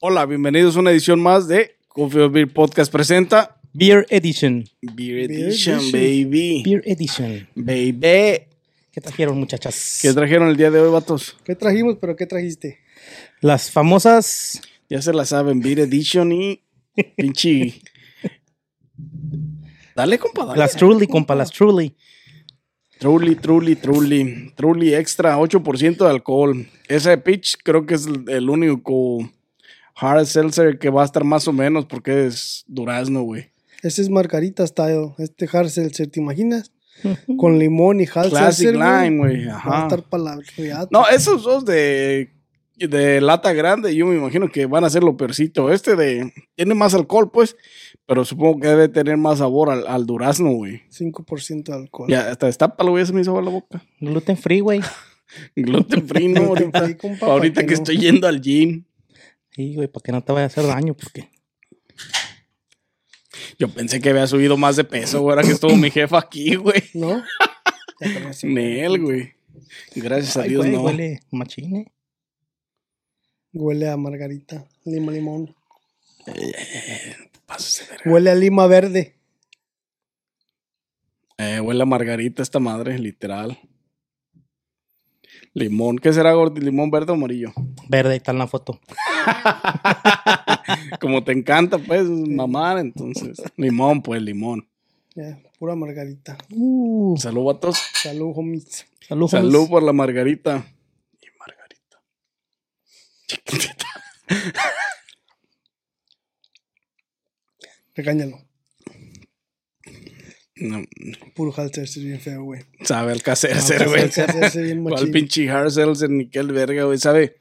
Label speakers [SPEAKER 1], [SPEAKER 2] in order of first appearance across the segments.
[SPEAKER 1] Hola, bienvenidos a una edición más de Coffee or Beer Podcast presenta
[SPEAKER 2] Beer Edition.
[SPEAKER 1] Beer Edition, baby.
[SPEAKER 2] Beer Edition.
[SPEAKER 1] Baby.
[SPEAKER 2] ¿Qué trajeron, muchachas?
[SPEAKER 1] ¿Qué trajeron el día de hoy, vatos?
[SPEAKER 3] ¿Qué trajimos, pero qué trajiste?
[SPEAKER 2] Las famosas.
[SPEAKER 1] Ya se la saben, Beer Edition y pinche... Dale, compa, dale.
[SPEAKER 2] Las Truly, compa, las Truly.
[SPEAKER 1] Truly, truly, truly. Truly extra, 8% de alcohol. Ese pitch creo que es el el único hard seltzer que va a estar más o menos porque es durazno, güey.
[SPEAKER 3] Este es Margarita Style, este hard seltzer, ¿te imaginas? Con limón y hard
[SPEAKER 1] Classic
[SPEAKER 3] seltzer, güey.
[SPEAKER 1] lime, güey.
[SPEAKER 3] Va a
[SPEAKER 1] Ajá.
[SPEAKER 3] estar para la riata.
[SPEAKER 1] No, esos dos de, de lata grande, yo me imagino que van a ser lo peorcito. Este de. Tiene más alcohol, pues. Pero supongo que debe tener más sabor al, al durazno, güey.
[SPEAKER 3] 5% de alcohol.
[SPEAKER 1] Ya, hasta estápalo, güey, se me hizo agua la boca.
[SPEAKER 2] Gluten free, güey.
[SPEAKER 1] Gluten free, no, ahorita.
[SPEAKER 3] Ahí, compa, pa'
[SPEAKER 1] ahorita que,
[SPEAKER 3] no.
[SPEAKER 1] estoy yendo al gym.
[SPEAKER 2] Sí, güey, para que no te vaya a hacer daño, porque.
[SPEAKER 1] Yo pensé que había subido más de peso, güey, ahora que estuvo mi jefa aquí, güey.
[SPEAKER 3] ¿No? Ya te lo decía.
[SPEAKER 1] Sin él, güey. Gracias a
[SPEAKER 2] Ay,
[SPEAKER 1] Dios,
[SPEAKER 2] güey,
[SPEAKER 1] no.
[SPEAKER 2] huele machine.
[SPEAKER 3] Huele a margarita, lima limón.
[SPEAKER 1] Pases de verga.
[SPEAKER 3] Huele a lima verde.
[SPEAKER 1] Eh, huele a margarita esta madre, literal. Limón, ¿qué será, Gordy? ¿Limón verde o amarillo?
[SPEAKER 2] Verde, ahí está en la foto.
[SPEAKER 1] Como te encanta, pues, mamar, entonces. Limón, pues, limón.
[SPEAKER 3] Ya, pura margarita.
[SPEAKER 2] Uh,
[SPEAKER 1] Salud, vatos.
[SPEAKER 3] Salud, homies.
[SPEAKER 2] salud,
[SPEAKER 1] Salud
[SPEAKER 2] homies.
[SPEAKER 1] por la margarita. Y margarita. Chiquitita.
[SPEAKER 3] Regáñalo.
[SPEAKER 1] No,
[SPEAKER 3] Puro hard seltzer, bien feo, güey.
[SPEAKER 1] sabe al cacercer, güey.
[SPEAKER 3] Hard seltzer, bien
[SPEAKER 1] Cuál
[SPEAKER 3] machín.
[SPEAKER 1] pinche hard seltzer, ni qué el verga, güey, sabe.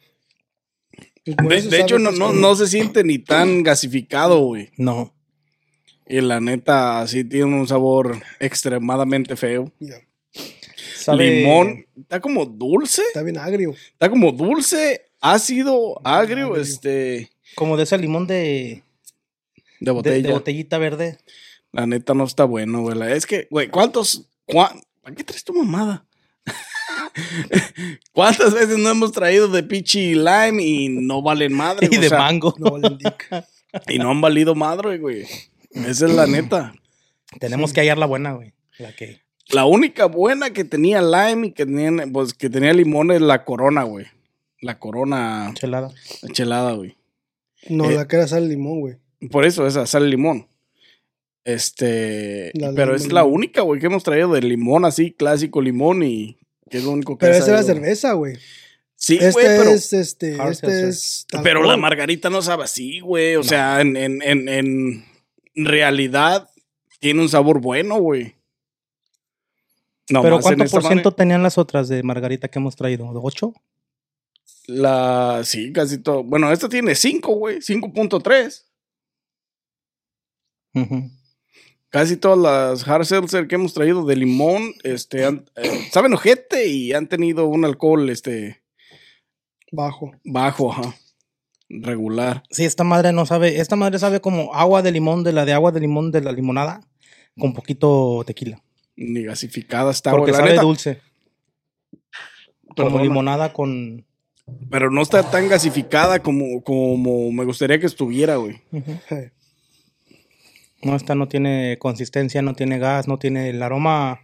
[SPEAKER 3] Pues por
[SPEAKER 1] De,
[SPEAKER 3] eso
[SPEAKER 1] de
[SPEAKER 3] sabe
[SPEAKER 1] hecho,
[SPEAKER 3] que
[SPEAKER 1] no,
[SPEAKER 3] es
[SPEAKER 1] no,
[SPEAKER 3] como-
[SPEAKER 1] no se siente ni tan gasificado, güey.
[SPEAKER 2] No.
[SPEAKER 1] Y la neta, sí tiene un sabor extremadamente feo.
[SPEAKER 3] Mira,
[SPEAKER 2] Sabe-
[SPEAKER 1] Limón, está como dulce,
[SPEAKER 3] está bien agrio.
[SPEAKER 1] está como dulce, ácido, agrio,
[SPEAKER 3] Agrio.
[SPEAKER 1] este,
[SPEAKER 2] Como de ese limón de,
[SPEAKER 1] de
[SPEAKER 2] de- de
[SPEAKER 1] botella.
[SPEAKER 2] botellita verde.
[SPEAKER 1] La neta no está bueno, güey. La- Es que, güey, ¿cuántos, cuá- ¿para qué traes tu mamada? ¿Cuántas veces no hemos traído de pichi lime y no valen madre?
[SPEAKER 2] y
[SPEAKER 1] o
[SPEAKER 2] de
[SPEAKER 1] sea,
[SPEAKER 2] mango.
[SPEAKER 3] No vale el dick.
[SPEAKER 1] Y no han valido madre, güey. Esa es la neta.
[SPEAKER 2] Tenemos que hallar la buena, güey. La que.
[SPEAKER 1] La única buena que tenía lime y que tenía, pues, que tenía limón es la corona, güey. La corona
[SPEAKER 2] Chelada.
[SPEAKER 1] chelada, güey.
[SPEAKER 3] No,
[SPEAKER 1] Eh.
[SPEAKER 3] la cara sale limón, güey.
[SPEAKER 1] Por eso esa sale limón. Este,
[SPEAKER 3] La
[SPEAKER 1] pero
[SPEAKER 3] limón.
[SPEAKER 1] es la única, güey, que hemos traído de limón así, clásico limón y que es lo único que
[SPEAKER 3] Pero
[SPEAKER 1] ha
[SPEAKER 3] esa era
[SPEAKER 1] sabido.
[SPEAKER 3] cerveza, güey.
[SPEAKER 1] Sí,
[SPEAKER 3] Este
[SPEAKER 1] güey, pero,
[SPEAKER 3] es, este,
[SPEAKER 2] Hard
[SPEAKER 3] este
[SPEAKER 2] seltzer.
[SPEAKER 3] es.
[SPEAKER 1] pero la
[SPEAKER 3] alcohol.
[SPEAKER 1] margarita no sabe así, güey. O sea, en, en, en, en realidad tiene un sabor bueno, güey. No,
[SPEAKER 2] Pero
[SPEAKER 1] más en
[SPEAKER 2] ¿cuánto
[SPEAKER 1] esta
[SPEAKER 2] por ciento
[SPEAKER 1] madre-
[SPEAKER 2] tenían las otras de Margarita que hemos traído? ¿De 8?
[SPEAKER 1] La, sí, casi todo. Bueno, esta tiene 5, güey, 5.3. Casi todas las hard seltzer que hemos traído de limón, este, han- eh, saben ojete y han tenido un alcohol, este,
[SPEAKER 3] Bajo.
[SPEAKER 1] bajo, ajá, regular.
[SPEAKER 2] Sí, esta madre no sabe. Esta madre sabe como agua de limón, de la de agua de limón, de la limonada, con poquito tequila.
[SPEAKER 1] Ni gasificada está,
[SPEAKER 2] porque
[SPEAKER 1] güey, la
[SPEAKER 2] sabe
[SPEAKER 1] neta.
[SPEAKER 2] dulce. Como
[SPEAKER 1] Perdona.
[SPEAKER 2] limonada con.
[SPEAKER 1] Pero no está tan gasificada como, como me gustaría que estuviera, güey.
[SPEAKER 3] Eh,
[SPEAKER 2] No, esta no tiene consistencia, no tiene gas, no tiene. El aroma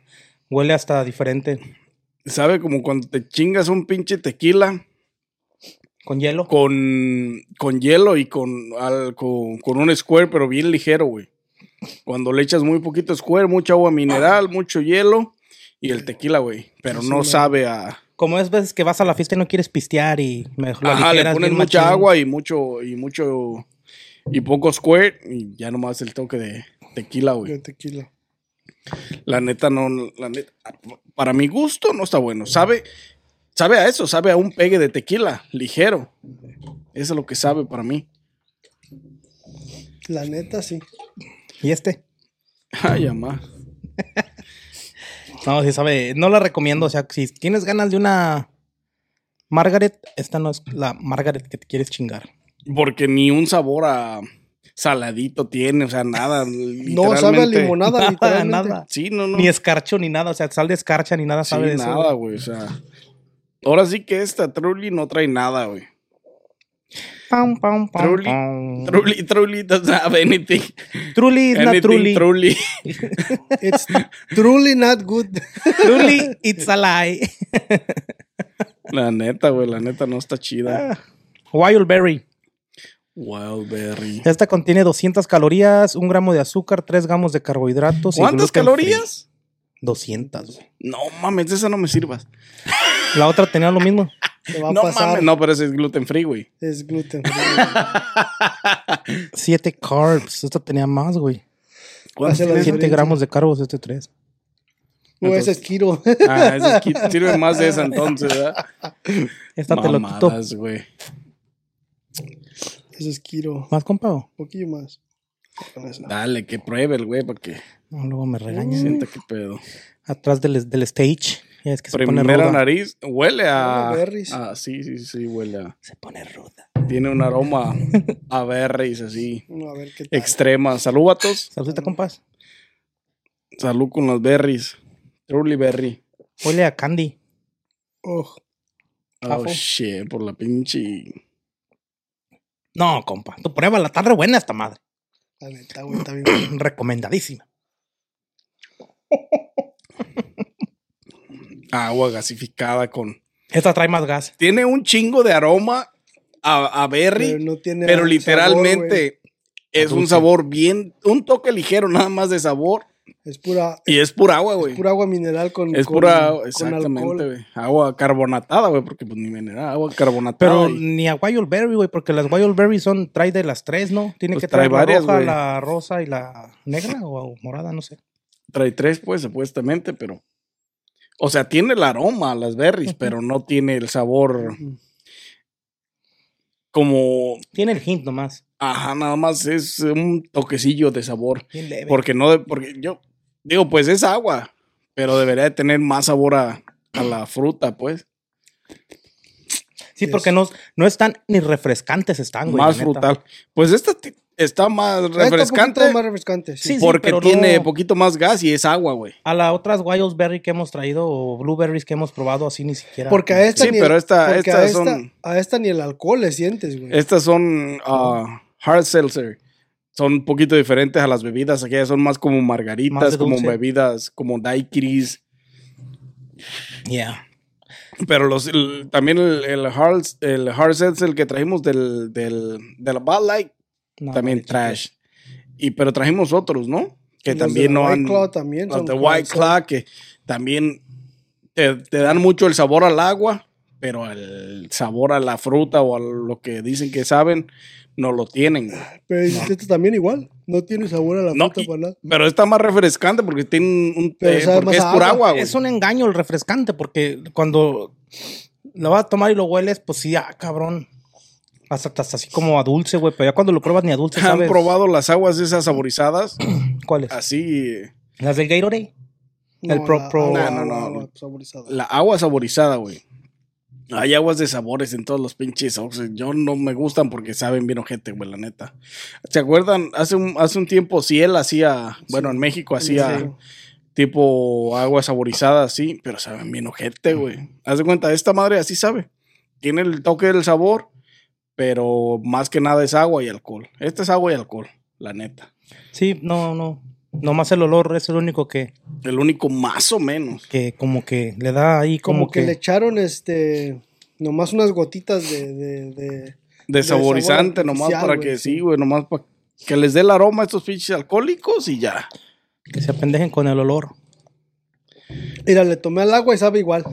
[SPEAKER 2] huele hasta diferente.
[SPEAKER 1] Sabe como cuando te chingas un pinche tequila
[SPEAKER 2] Con hielo.
[SPEAKER 1] con, con hielo y con, al- con, con un square, pero bien ligero, güey. Cuando le echas muy poquito square, mucha agua mineral, mucho hielo y el tequila, güey. Pero
[SPEAKER 3] Sí, sí,
[SPEAKER 1] no
[SPEAKER 3] me-
[SPEAKER 1] sabe a...
[SPEAKER 2] Como es veces que vas a la fiesta y no quieres pistear y mejor la
[SPEAKER 1] Ajá, le
[SPEAKER 2] aligeras
[SPEAKER 1] ponen
[SPEAKER 2] bien
[SPEAKER 1] mucha
[SPEAKER 2] machín.
[SPEAKER 1] agua y mucho, y mucho, y poco square, y ya nomás el toque de tequila, güey.
[SPEAKER 3] de tequila.
[SPEAKER 1] La neta, no, la neta, para mi gusto no está bueno. Sabe, sabe a eso, sabe a un pegue de tequila, ligero. Eso es lo que sabe para mí.
[SPEAKER 3] La neta, sí.
[SPEAKER 2] ¿Y este?
[SPEAKER 1] Ay, mamá.
[SPEAKER 2] No, sí sabe. No la recomiendo. O sea, si tienes ganas de una Margaret, esta no es la Margaret que te quieres chingar.
[SPEAKER 1] Porque ni un sabor a saladito tiene, o sea, nada.
[SPEAKER 3] No sabe a
[SPEAKER 1] literalmente.
[SPEAKER 3] limonada,
[SPEAKER 2] Nada,
[SPEAKER 3] literalmente.
[SPEAKER 2] nada.
[SPEAKER 1] Sí, no, no.
[SPEAKER 2] Ni escarcho ni nada. O sea, sal de escarcha ni nada,
[SPEAKER 1] Sí,
[SPEAKER 2] sabe de eso.
[SPEAKER 1] nada, güey. O sea, ahora sí que esta Truly no trae nada, güey.
[SPEAKER 2] Pam, pam, pam,
[SPEAKER 1] Truly.
[SPEAKER 2] pam.
[SPEAKER 1] Truly, Truly doesn't have anything.
[SPEAKER 2] Truly is not
[SPEAKER 1] anything
[SPEAKER 2] truly.
[SPEAKER 1] truly.
[SPEAKER 3] It's truly not good.
[SPEAKER 2] Truly, it's a lie.
[SPEAKER 1] La neta, güey, la neta no está chida.
[SPEAKER 2] Wildberry.
[SPEAKER 1] Wildberry.
[SPEAKER 2] Esta contiene 200 calorías, un gramo de azúcar, 3 gramos de carbohidratos. y
[SPEAKER 1] ¿Cuántas
[SPEAKER 2] gluten free.
[SPEAKER 1] calorías?
[SPEAKER 2] 200, güey.
[SPEAKER 1] No mames, esa no me sirvas.
[SPEAKER 2] La otra tenía lo mismo.
[SPEAKER 3] Te va a
[SPEAKER 1] No
[SPEAKER 3] pasar.
[SPEAKER 1] mames, no, pero ese es gluten free, güey.
[SPEAKER 3] Es gluten.
[SPEAKER 2] 7 carbs. Esta tenía más, güey.
[SPEAKER 1] ¿Cuántos
[SPEAKER 3] Hace la
[SPEAKER 1] tienes?
[SPEAKER 2] 7
[SPEAKER 3] diferencia.
[SPEAKER 2] gramos de carbos, este 3.
[SPEAKER 3] O ese es Kiro.
[SPEAKER 1] Ah, ese kit sirve más de esa entonces, ¿verdad?
[SPEAKER 2] Esta te lo quito.
[SPEAKER 1] Mamadas, güey.
[SPEAKER 3] Ese es Kiro.
[SPEAKER 2] ¿Más, compa? o?
[SPEAKER 3] Un poquillo más. Con esa.
[SPEAKER 1] Dale, que pruebe el güey, para que
[SPEAKER 2] No, luego me regañan.
[SPEAKER 1] sienta que pedo.
[SPEAKER 2] Atrás del, del stage. Ya es que se pone
[SPEAKER 1] Primera
[SPEAKER 2] ruda.
[SPEAKER 1] nariz, huele a.
[SPEAKER 3] Berries.
[SPEAKER 1] Ah, sí, sí, sí, huele a.
[SPEAKER 2] Se pone ruda.
[SPEAKER 1] Tiene un aroma a berries así.
[SPEAKER 3] No, a ver qué tal.
[SPEAKER 1] Extrema. Salud, vatos.
[SPEAKER 2] Saludita, compas.
[SPEAKER 1] Salud con las berries. Truly berry.
[SPEAKER 2] Huele a candy.
[SPEAKER 3] Oh,
[SPEAKER 1] Oh,
[SPEAKER 2] Afo.
[SPEAKER 1] shit, por la pinche.
[SPEAKER 2] No, compa. Tú pruébala. Está re buena esta madre.
[SPEAKER 3] la neta, güey, está bien. buena.
[SPEAKER 2] Recomendadísima.
[SPEAKER 1] Agua gasificada con.
[SPEAKER 2] Esta trae más gas.
[SPEAKER 1] Tiene un chingo de aroma a, a berry,
[SPEAKER 3] Pero
[SPEAKER 1] pero,
[SPEAKER 3] no tiene sabor, güey.
[SPEAKER 1] literalmente es un
[SPEAKER 2] Dulce.
[SPEAKER 1] sabor bien. Un toque ligero nada más de sabor.
[SPEAKER 3] es pura,
[SPEAKER 1] Y es pura agua, güey.
[SPEAKER 3] pura agua mineral con
[SPEAKER 1] Es
[SPEAKER 3] con-
[SPEAKER 1] pura,
[SPEAKER 3] con alcohol.
[SPEAKER 1] exactamente, güey. Agua carbonatada, güey, porque pues ni mineral, agua carbonatada.
[SPEAKER 2] Pero
[SPEAKER 1] y-
[SPEAKER 2] ni a Wildberry, güey, porque las Wildberry son, trae de las tres, ¿no? Tiene
[SPEAKER 1] Pues
[SPEAKER 2] que
[SPEAKER 1] trae
[SPEAKER 2] traer la
[SPEAKER 1] varias,
[SPEAKER 2] roja,
[SPEAKER 1] güey.
[SPEAKER 2] la rosa y la negra o, o morada, no sé.
[SPEAKER 1] trae tres, pues, supuestamente, pero. O sea, tiene el aroma a las berries, pero no tiene el sabor
[SPEAKER 3] Ujú.
[SPEAKER 1] como.
[SPEAKER 2] Tiene el hint nomás.
[SPEAKER 1] Ajá, nada más es un toquecillo de sabor.
[SPEAKER 2] Bien leve.
[SPEAKER 1] Porque no, de- porque yo digo, pues es agua, pero debería de tener más sabor a, a la fruta, pues.
[SPEAKER 2] sí, porque no, no están ni refrescantes están, güey.
[SPEAKER 1] más
[SPEAKER 2] la neta.
[SPEAKER 1] frutal. Pues esta ti- está más
[SPEAKER 3] Ah, está un
[SPEAKER 1] refrescante
[SPEAKER 3] poquito más refrescante, sí.
[SPEAKER 2] Sí,
[SPEAKER 1] porque
[SPEAKER 2] pero
[SPEAKER 1] tiene
[SPEAKER 2] no-
[SPEAKER 1] poquito más gas y es agua, güey.
[SPEAKER 2] A las otras Wildberry que hemos traído o Blueberries que hemos probado así ni siquiera.
[SPEAKER 3] Porque a esta
[SPEAKER 1] Sí,
[SPEAKER 3] ni el-
[SPEAKER 1] pero esta-
[SPEAKER 3] porque a,
[SPEAKER 1] estas
[SPEAKER 3] esta,
[SPEAKER 1] son-
[SPEAKER 3] a esta ni el alcohol le sientes, güey.
[SPEAKER 1] Estas son ah, hard seltzer. Son un poquito diferentes a las bebidas. Aquellas son más como margaritas,
[SPEAKER 2] Más de
[SPEAKER 1] como
[SPEAKER 2] dulce.
[SPEAKER 1] bebidas, como daiquiris.
[SPEAKER 2] Yeah.
[SPEAKER 1] Pero los, el- también el, el, hard, el hard seltzer que trajimos del, del, del Bud Light,
[SPEAKER 2] No,
[SPEAKER 1] también
[SPEAKER 2] madre,
[SPEAKER 1] trash. Y, pero trajimos otros, ¿no? Que
[SPEAKER 3] Los de
[SPEAKER 1] también
[SPEAKER 3] la
[SPEAKER 1] no
[SPEAKER 3] White
[SPEAKER 1] han...
[SPEAKER 3] Claw también
[SPEAKER 1] los
[SPEAKER 3] son ¿eh?
[SPEAKER 1] de White
[SPEAKER 3] Claw.
[SPEAKER 1] Claw, que también te, te dan mucho el sabor al agua, pero el sabor a la fruta o a lo que dicen que saben, no lo tienen. güey.
[SPEAKER 3] Pero esto también igual. No tiene sabor a la
[SPEAKER 1] No,
[SPEAKER 3] fruta
[SPEAKER 1] y-
[SPEAKER 3] para nada.
[SPEAKER 1] pero está más refrescante porque tiene un
[SPEAKER 3] Pero
[SPEAKER 1] eh,
[SPEAKER 3] sabe
[SPEAKER 1] porque es
[SPEAKER 3] más a
[SPEAKER 1] por
[SPEAKER 3] agua.
[SPEAKER 1] agua, güey.
[SPEAKER 2] Es un engaño el refrescante porque cuando lo vas a tomar y lo hueles, pues sí, ah, cabrón. Hasta, hasta así como a dulce, güey. Pero ya cuando lo pruebas ni a dulce,
[SPEAKER 1] ¿Han
[SPEAKER 2] ¿sabes?
[SPEAKER 1] probado las aguas esas saborizadas?
[SPEAKER 2] ¿Cuáles?
[SPEAKER 1] Así,
[SPEAKER 2] Las del Gatorade. El
[SPEAKER 3] No,
[SPEAKER 2] pro-
[SPEAKER 3] la
[SPEAKER 2] pro-
[SPEAKER 3] agua,
[SPEAKER 1] No, no, no.
[SPEAKER 3] agua saborizada.
[SPEAKER 1] la agua saborizada, güey. Hay aguas de sabores en todos los pinches Oxxos. Yo no me gustan porque saben bien ojete, güey, la neta. ¿Se acuerdan? Hace un, hace un tiempo Ciel hacía, bueno, en México hacía
[SPEAKER 3] Sí.
[SPEAKER 1] tipo agua saborizada así, pero saben bien ojete, güey. Haz de cuenta, esta madre así sabe. Tiene el toque del sabor, pero más que nada es agua y alcohol. Esta es agua y alcohol, la neta.
[SPEAKER 2] Sí, no, no. Nomás el olor es el único que,
[SPEAKER 1] El único más o menos.
[SPEAKER 2] que como que le da ahí
[SPEAKER 3] Como,
[SPEAKER 2] como,
[SPEAKER 3] que,
[SPEAKER 2] que,
[SPEAKER 3] le echaron este nomás unas gotitas de, de, de-
[SPEAKER 1] Desaborizante,
[SPEAKER 3] sabor
[SPEAKER 1] nomás
[SPEAKER 3] artificial,
[SPEAKER 1] para
[SPEAKER 3] güey,
[SPEAKER 1] que
[SPEAKER 3] sí.
[SPEAKER 1] sí, güey, nomás para que les dé el aroma a estos pinches alcohólicos y ya.
[SPEAKER 2] que se apendejen con el olor.
[SPEAKER 3] Mira, le tomé al agua y sabe igual.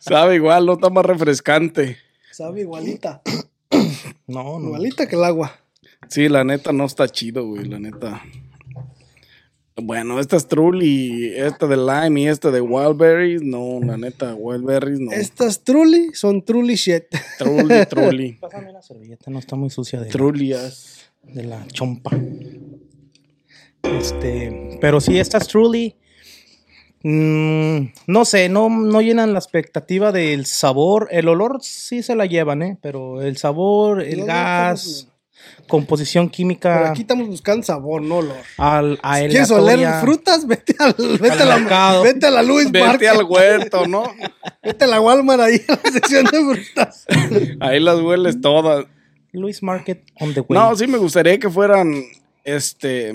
[SPEAKER 1] Sabe igual, no está más refrescante.
[SPEAKER 3] sabe igualita.
[SPEAKER 2] No, no.
[SPEAKER 3] Igualita que el agua.
[SPEAKER 1] Sí, la neta no está chido, güey, la neta. Bueno, esta es Truly, esta de Lime y esta de Wildberries. No, la neta, Wildberries no.
[SPEAKER 3] Estas truly son truly shit.
[SPEAKER 1] Truly, Truly.
[SPEAKER 2] Pásame la servilleta, no está muy sucia de,
[SPEAKER 1] Truly. as-
[SPEAKER 2] de la chompa. Este, pero sí, estas truly. mm, no sé, no, no llenan la expectativa del sabor. El olor sí se la llevan, ¿eh? Pero el sabor, el
[SPEAKER 3] No, no,
[SPEAKER 2] gas, composición
[SPEAKER 3] Pero
[SPEAKER 2] química.
[SPEAKER 3] aquí estamos buscando sabor, no olor.
[SPEAKER 2] Al, a
[SPEAKER 3] Si ¿Quieres oler
[SPEAKER 2] aleatoria.
[SPEAKER 3] frutas? Vete, al, vete,
[SPEAKER 2] Al
[SPEAKER 3] a la,
[SPEAKER 2] mercado.
[SPEAKER 3] vete a la Louis
[SPEAKER 1] Vete
[SPEAKER 3] Market.
[SPEAKER 1] al huerto, ¿no?
[SPEAKER 3] Vete a la Walmart ahí a la sección de frutas.
[SPEAKER 1] Ahí las hueles todas.
[SPEAKER 2] Luis Market on the way.
[SPEAKER 1] No, sí me gustaría que fueran, este,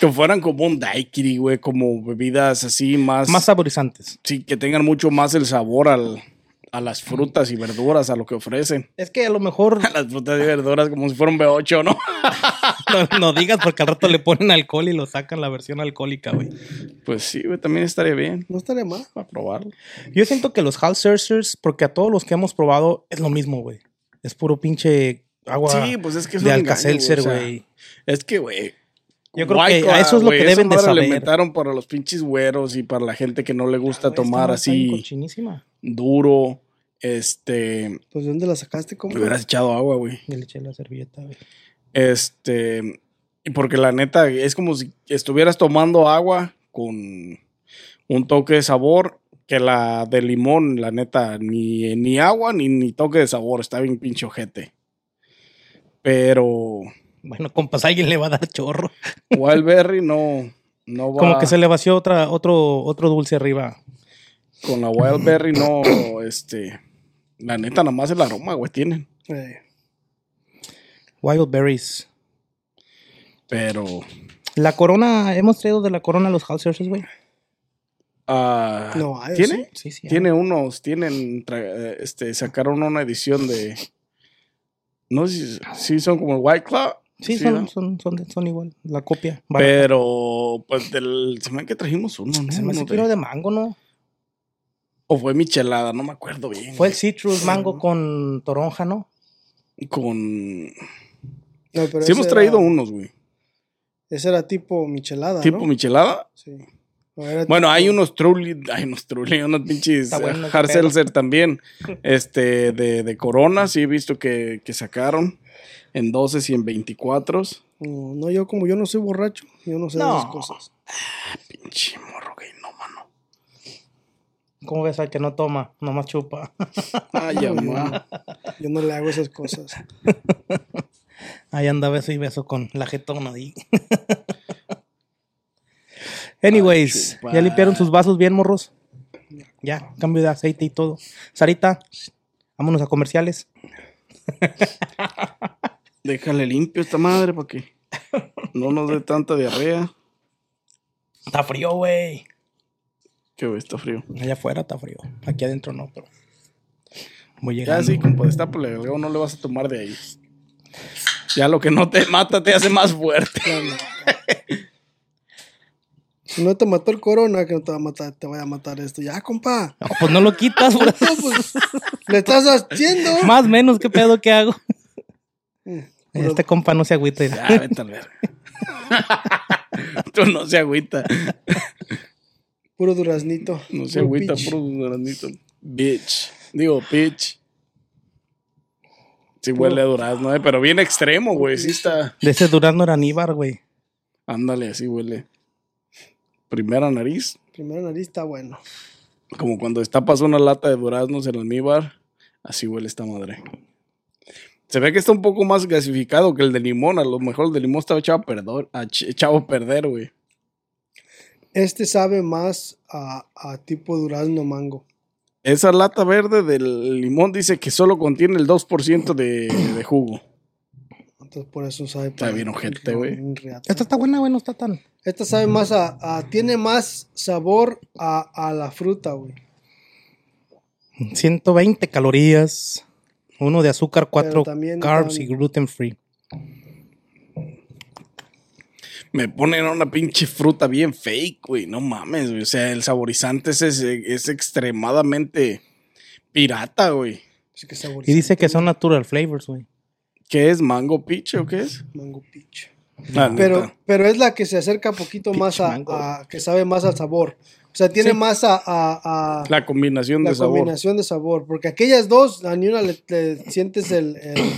[SPEAKER 1] que fueran como un daiquiri, güey, como bebidas así más,
[SPEAKER 2] Más saborizantes.
[SPEAKER 1] sí, que tengan mucho más el sabor al, a las frutas y verduras, a lo que ofrecen.
[SPEAKER 2] Es que a lo mejor
[SPEAKER 1] A las frutas y verduras como si fuera un B8, ¿no?
[SPEAKER 2] no, no digas porque al rato le ponen alcohol y lo sacan la versión alcohólica, güey.
[SPEAKER 1] Pues sí, güey, también estaría bien
[SPEAKER 3] No estaría mal.
[SPEAKER 1] para probarlo.
[SPEAKER 2] Yo siento que los Halsersers, porque a todos los que hemos probado es lo mismo, güey. Es puro pinche agua
[SPEAKER 1] Sí, pues es que es
[SPEAKER 2] de
[SPEAKER 1] un engaño,
[SPEAKER 2] Alka-Seltzer,
[SPEAKER 1] güey, o sea,
[SPEAKER 2] güey.
[SPEAKER 1] Es que, güey.
[SPEAKER 2] Yo creo
[SPEAKER 1] White
[SPEAKER 2] que
[SPEAKER 1] Claw,
[SPEAKER 2] a eso es lo
[SPEAKER 1] güey,
[SPEAKER 2] que
[SPEAKER 1] esa
[SPEAKER 2] deben de
[SPEAKER 1] madre la
[SPEAKER 2] saber. Ah,
[SPEAKER 1] inventaron para los pinches güeros y para la gente que no le gusta
[SPEAKER 2] Güey, esta
[SPEAKER 1] tomar
[SPEAKER 2] madre está bien
[SPEAKER 1] así
[SPEAKER 2] cochinísima.
[SPEAKER 1] duro. Este.
[SPEAKER 3] Pues ¿de dónde la sacaste? ¿Cómo?
[SPEAKER 1] Le hubieras echado agua, güey.
[SPEAKER 2] Y le eché la servilleta, güey.
[SPEAKER 1] Este. y Porque la neta es como si estuvieras tomando agua con un toque de sabor. Que la de limón, la neta, ni, ni agua ni, ni toque de sabor. Está bien pinche ojete. Pero.
[SPEAKER 2] Bueno, compas, alguien le va a dar chorro.
[SPEAKER 1] Wildberry no. No va.
[SPEAKER 2] Como que se le vació otra, otro, otro dulce arriba.
[SPEAKER 1] Con la Wildberry no, este. La neta, nada más el aroma, güey, tienen.
[SPEAKER 3] Eh,
[SPEAKER 2] Wild berries.
[SPEAKER 1] Pero.
[SPEAKER 2] La corona, hemos traído de la corona los Halsersers, güey.
[SPEAKER 1] ah,
[SPEAKER 3] No, hay,
[SPEAKER 1] ¿Tiene?
[SPEAKER 2] Sí,
[SPEAKER 3] sí.
[SPEAKER 2] sí.
[SPEAKER 1] Tiene unos, tienen. tra- eh, Este, sacaron una edición de. No sé si, si son como el White Club.
[SPEAKER 2] Sí, son,
[SPEAKER 1] ¿no?
[SPEAKER 2] son, son, de- son igual, la copia. barata.
[SPEAKER 1] Pero, pues, del. Se me hace que trajimos uno, ¿no?
[SPEAKER 2] se me hace
[SPEAKER 1] Uno
[SPEAKER 2] que
[SPEAKER 1] de-
[SPEAKER 2] uno de mango, ¿no?
[SPEAKER 1] o fue Michelada, no me acuerdo bien.
[SPEAKER 2] Fue el citrus mango con toronja, ¿no?
[SPEAKER 1] Con.
[SPEAKER 3] No, pero
[SPEAKER 1] Sí,
[SPEAKER 3] ese
[SPEAKER 1] hemos
[SPEAKER 3] era-
[SPEAKER 1] traído unos, güey.
[SPEAKER 3] Ese era tipo michelada,
[SPEAKER 1] Tipo
[SPEAKER 3] ¿no?
[SPEAKER 1] Michelada.
[SPEAKER 3] Sí. No, era
[SPEAKER 1] Bueno,
[SPEAKER 3] tipo-
[SPEAKER 1] hay unos truly, hay unos truly, unos pinches
[SPEAKER 2] Está bueno ese
[SPEAKER 1] hard
[SPEAKER 2] pedo.
[SPEAKER 1] seltzer también, este, de, de Corona, sí he visto que, que sacaron en 12 y en 24.
[SPEAKER 3] No, no, yo como yo no soy borracho, yo no sé de
[SPEAKER 2] No.
[SPEAKER 3] esas cosas.
[SPEAKER 1] Pinche morro gay, no, mano.
[SPEAKER 2] ¿Cómo ves al que no toma? Nomás chupa.
[SPEAKER 1] Ay, amá.
[SPEAKER 3] Yo no le hago esas cosas.
[SPEAKER 2] Ahí anda beso y beso con la jetona. ahí. Anyways,
[SPEAKER 1] chupa.
[SPEAKER 2] ¿ya limpiaron sus vasos bien, morros? Ya, cambio de aceite y todo. Sarita, vámonos a comerciales.
[SPEAKER 1] Déjale limpio esta madre para que no nos dé tanta diarrea.
[SPEAKER 2] Está frío, güey.
[SPEAKER 1] Que güey, está frío.
[SPEAKER 2] Allá afuera está frío. Aquí adentro no, pero. Voy
[SPEAKER 1] Ya
[SPEAKER 2] llegando.
[SPEAKER 1] sí, compa, destápale, luego no le vas a tomar de ahí. Ya lo que no te mata te hace más fuerte.
[SPEAKER 3] Si no te mató el corona, que no te va a matar, te vaya a matar esto. Ya, compa.
[SPEAKER 2] No, pues no lo quitas, güey.
[SPEAKER 3] No, pues, le estás haciendo. Mm,
[SPEAKER 2] Más menos, ¿qué pedo que hago?
[SPEAKER 3] Pero-
[SPEAKER 2] Este compa no se agüita. mira.
[SPEAKER 1] Ya, vete a la verga. Tú no se agüita.
[SPEAKER 3] Puro duraznito.
[SPEAKER 1] No se
[SPEAKER 3] Puro
[SPEAKER 1] agüita,
[SPEAKER 3] peach.
[SPEAKER 1] puro duraznitos. Bitch. Digo, pitch. Sí huele a durazno, eh, pero bien extremo, güey. Sí está.
[SPEAKER 2] De ese Durazno era Aníbar, güey.
[SPEAKER 1] Ándale, así huele. Primera nariz.
[SPEAKER 3] Primero nariz está bueno.
[SPEAKER 1] Como cuando destapas una lata de duraznos en el almíbar. Así huele esta madre. Se ve que está un poco más gasificado que el de limón. A lo mejor el de limón estaba echado a perder, a ch- echado a perder, güey.
[SPEAKER 3] Este sabe más a, a tipo durazno mango.
[SPEAKER 1] Esa lata verde del limón dice que solo contiene el 2% de, de jugo.
[SPEAKER 3] Entonces por eso sabe.
[SPEAKER 1] Está bien ojete, güey.
[SPEAKER 2] Esta está buena, güey, no está tan.
[SPEAKER 3] Esta sabe más a, a- tiene más sabor a, a la fruta, güey.
[SPEAKER 2] 120 calorías. Uno de azúcar, cuatro
[SPEAKER 3] también
[SPEAKER 2] carbs
[SPEAKER 3] tan-
[SPEAKER 2] y gluten free.
[SPEAKER 1] Me ponen una pinche fruta bien fake, güey. No mames, güey. O sea, el saborizante es, es, es extremadamente pirata, güey.
[SPEAKER 3] Así que saborizante,
[SPEAKER 2] Y dice que son natural flavors, güey.
[SPEAKER 1] ¿Qué es? ¿Mango peach o qué es?
[SPEAKER 3] mango peach.
[SPEAKER 1] La
[SPEAKER 3] Pero,
[SPEAKER 1] neta.
[SPEAKER 3] pero es la que se acerca poquito
[SPEAKER 2] Pinche
[SPEAKER 3] más a,
[SPEAKER 2] mango.
[SPEAKER 3] a- que sabe más al sabor. O sea, tiene
[SPEAKER 2] Sí.
[SPEAKER 3] más a, a- a
[SPEAKER 1] La combinación
[SPEAKER 3] la
[SPEAKER 1] de sabor.
[SPEAKER 3] combinación de sabor. Porque aquellas dos, a ni una le, le sientes el, el-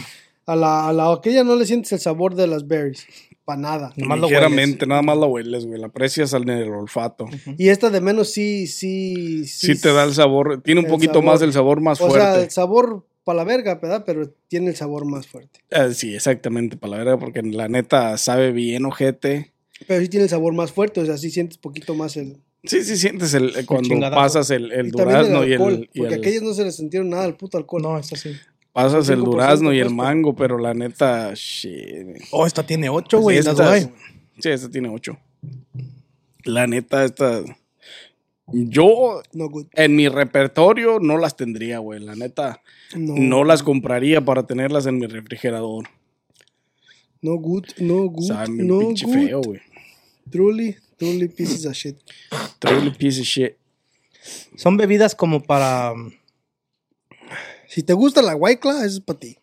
[SPEAKER 3] a la, a la aquella no le sientes el sabor de las berries. Para nada.
[SPEAKER 2] Nomás lo
[SPEAKER 1] Ligeramente, nada más la hueles, güey. La aprecias al en el olfato.
[SPEAKER 3] Y esta de menos sí, sí,
[SPEAKER 1] Sí, te da el sabor. Tiene un
[SPEAKER 3] el
[SPEAKER 1] poquito
[SPEAKER 3] sabor.
[SPEAKER 1] más el sabor más
[SPEAKER 3] O sea, el
[SPEAKER 1] fuerte.
[SPEAKER 3] sabor para la verga, ¿verdad? Pero tiene el sabor más fuerte.
[SPEAKER 1] Ah, sí, exactamente, para la verdad, porque la neta sabe bien, ojete.
[SPEAKER 3] Pero sí tiene el sabor más fuerte, o sea, sí sientes poquito más el...
[SPEAKER 1] Sí, sí sientes el, eh, cuando
[SPEAKER 2] chingadazo.
[SPEAKER 1] pasas el, el
[SPEAKER 3] y también
[SPEAKER 1] durazno y
[SPEAKER 3] el alcohol,
[SPEAKER 1] el, y
[SPEAKER 3] porque
[SPEAKER 1] el-
[SPEAKER 3] aquellos no se les sintieron nada al puto alcohol.
[SPEAKER 2] No, esta sí.
[SPEAKER 1] pasas el
[SPEAKER 3] 5%
[SPEAKER 1] durazno y el
[SPEAKER 3] puesto.
[SPEAKER 1] mango, pero la neta, shit.
[SPEAKER 2] Oh, esta tiene 8, güey.
[SPEAKER 1] Estas-
[SPEAKER 2] las guay.
[SPEAKER 1] sí, esta tiene 8. La neta, esta. Yo
[SPEAKER 3] No good.
[SPEAKER 1] en mi repertorio no las tendría, güey. La neta,
[SPEAKER 3] No,
[SPEAKER 1] no las compraría para tenerlas en mi refrigerador.
[SPEAKER 3] no good, no good,
[SPEAKER 1] Saben bien
[SPEAKER 3] no
[SPEAKER 1] pinche
[SPEAKER 3] good.
[SPEAKER 1] feo, güey.
[SPEAKER 3] Truly, truly pieces of shit.
[SPEAKER 1] Truly piece of shit.
[SPEAKER 2] Son bebidas como para. um,
[SPEAKER 3] Si te gusta la White Claw, eso es para ti.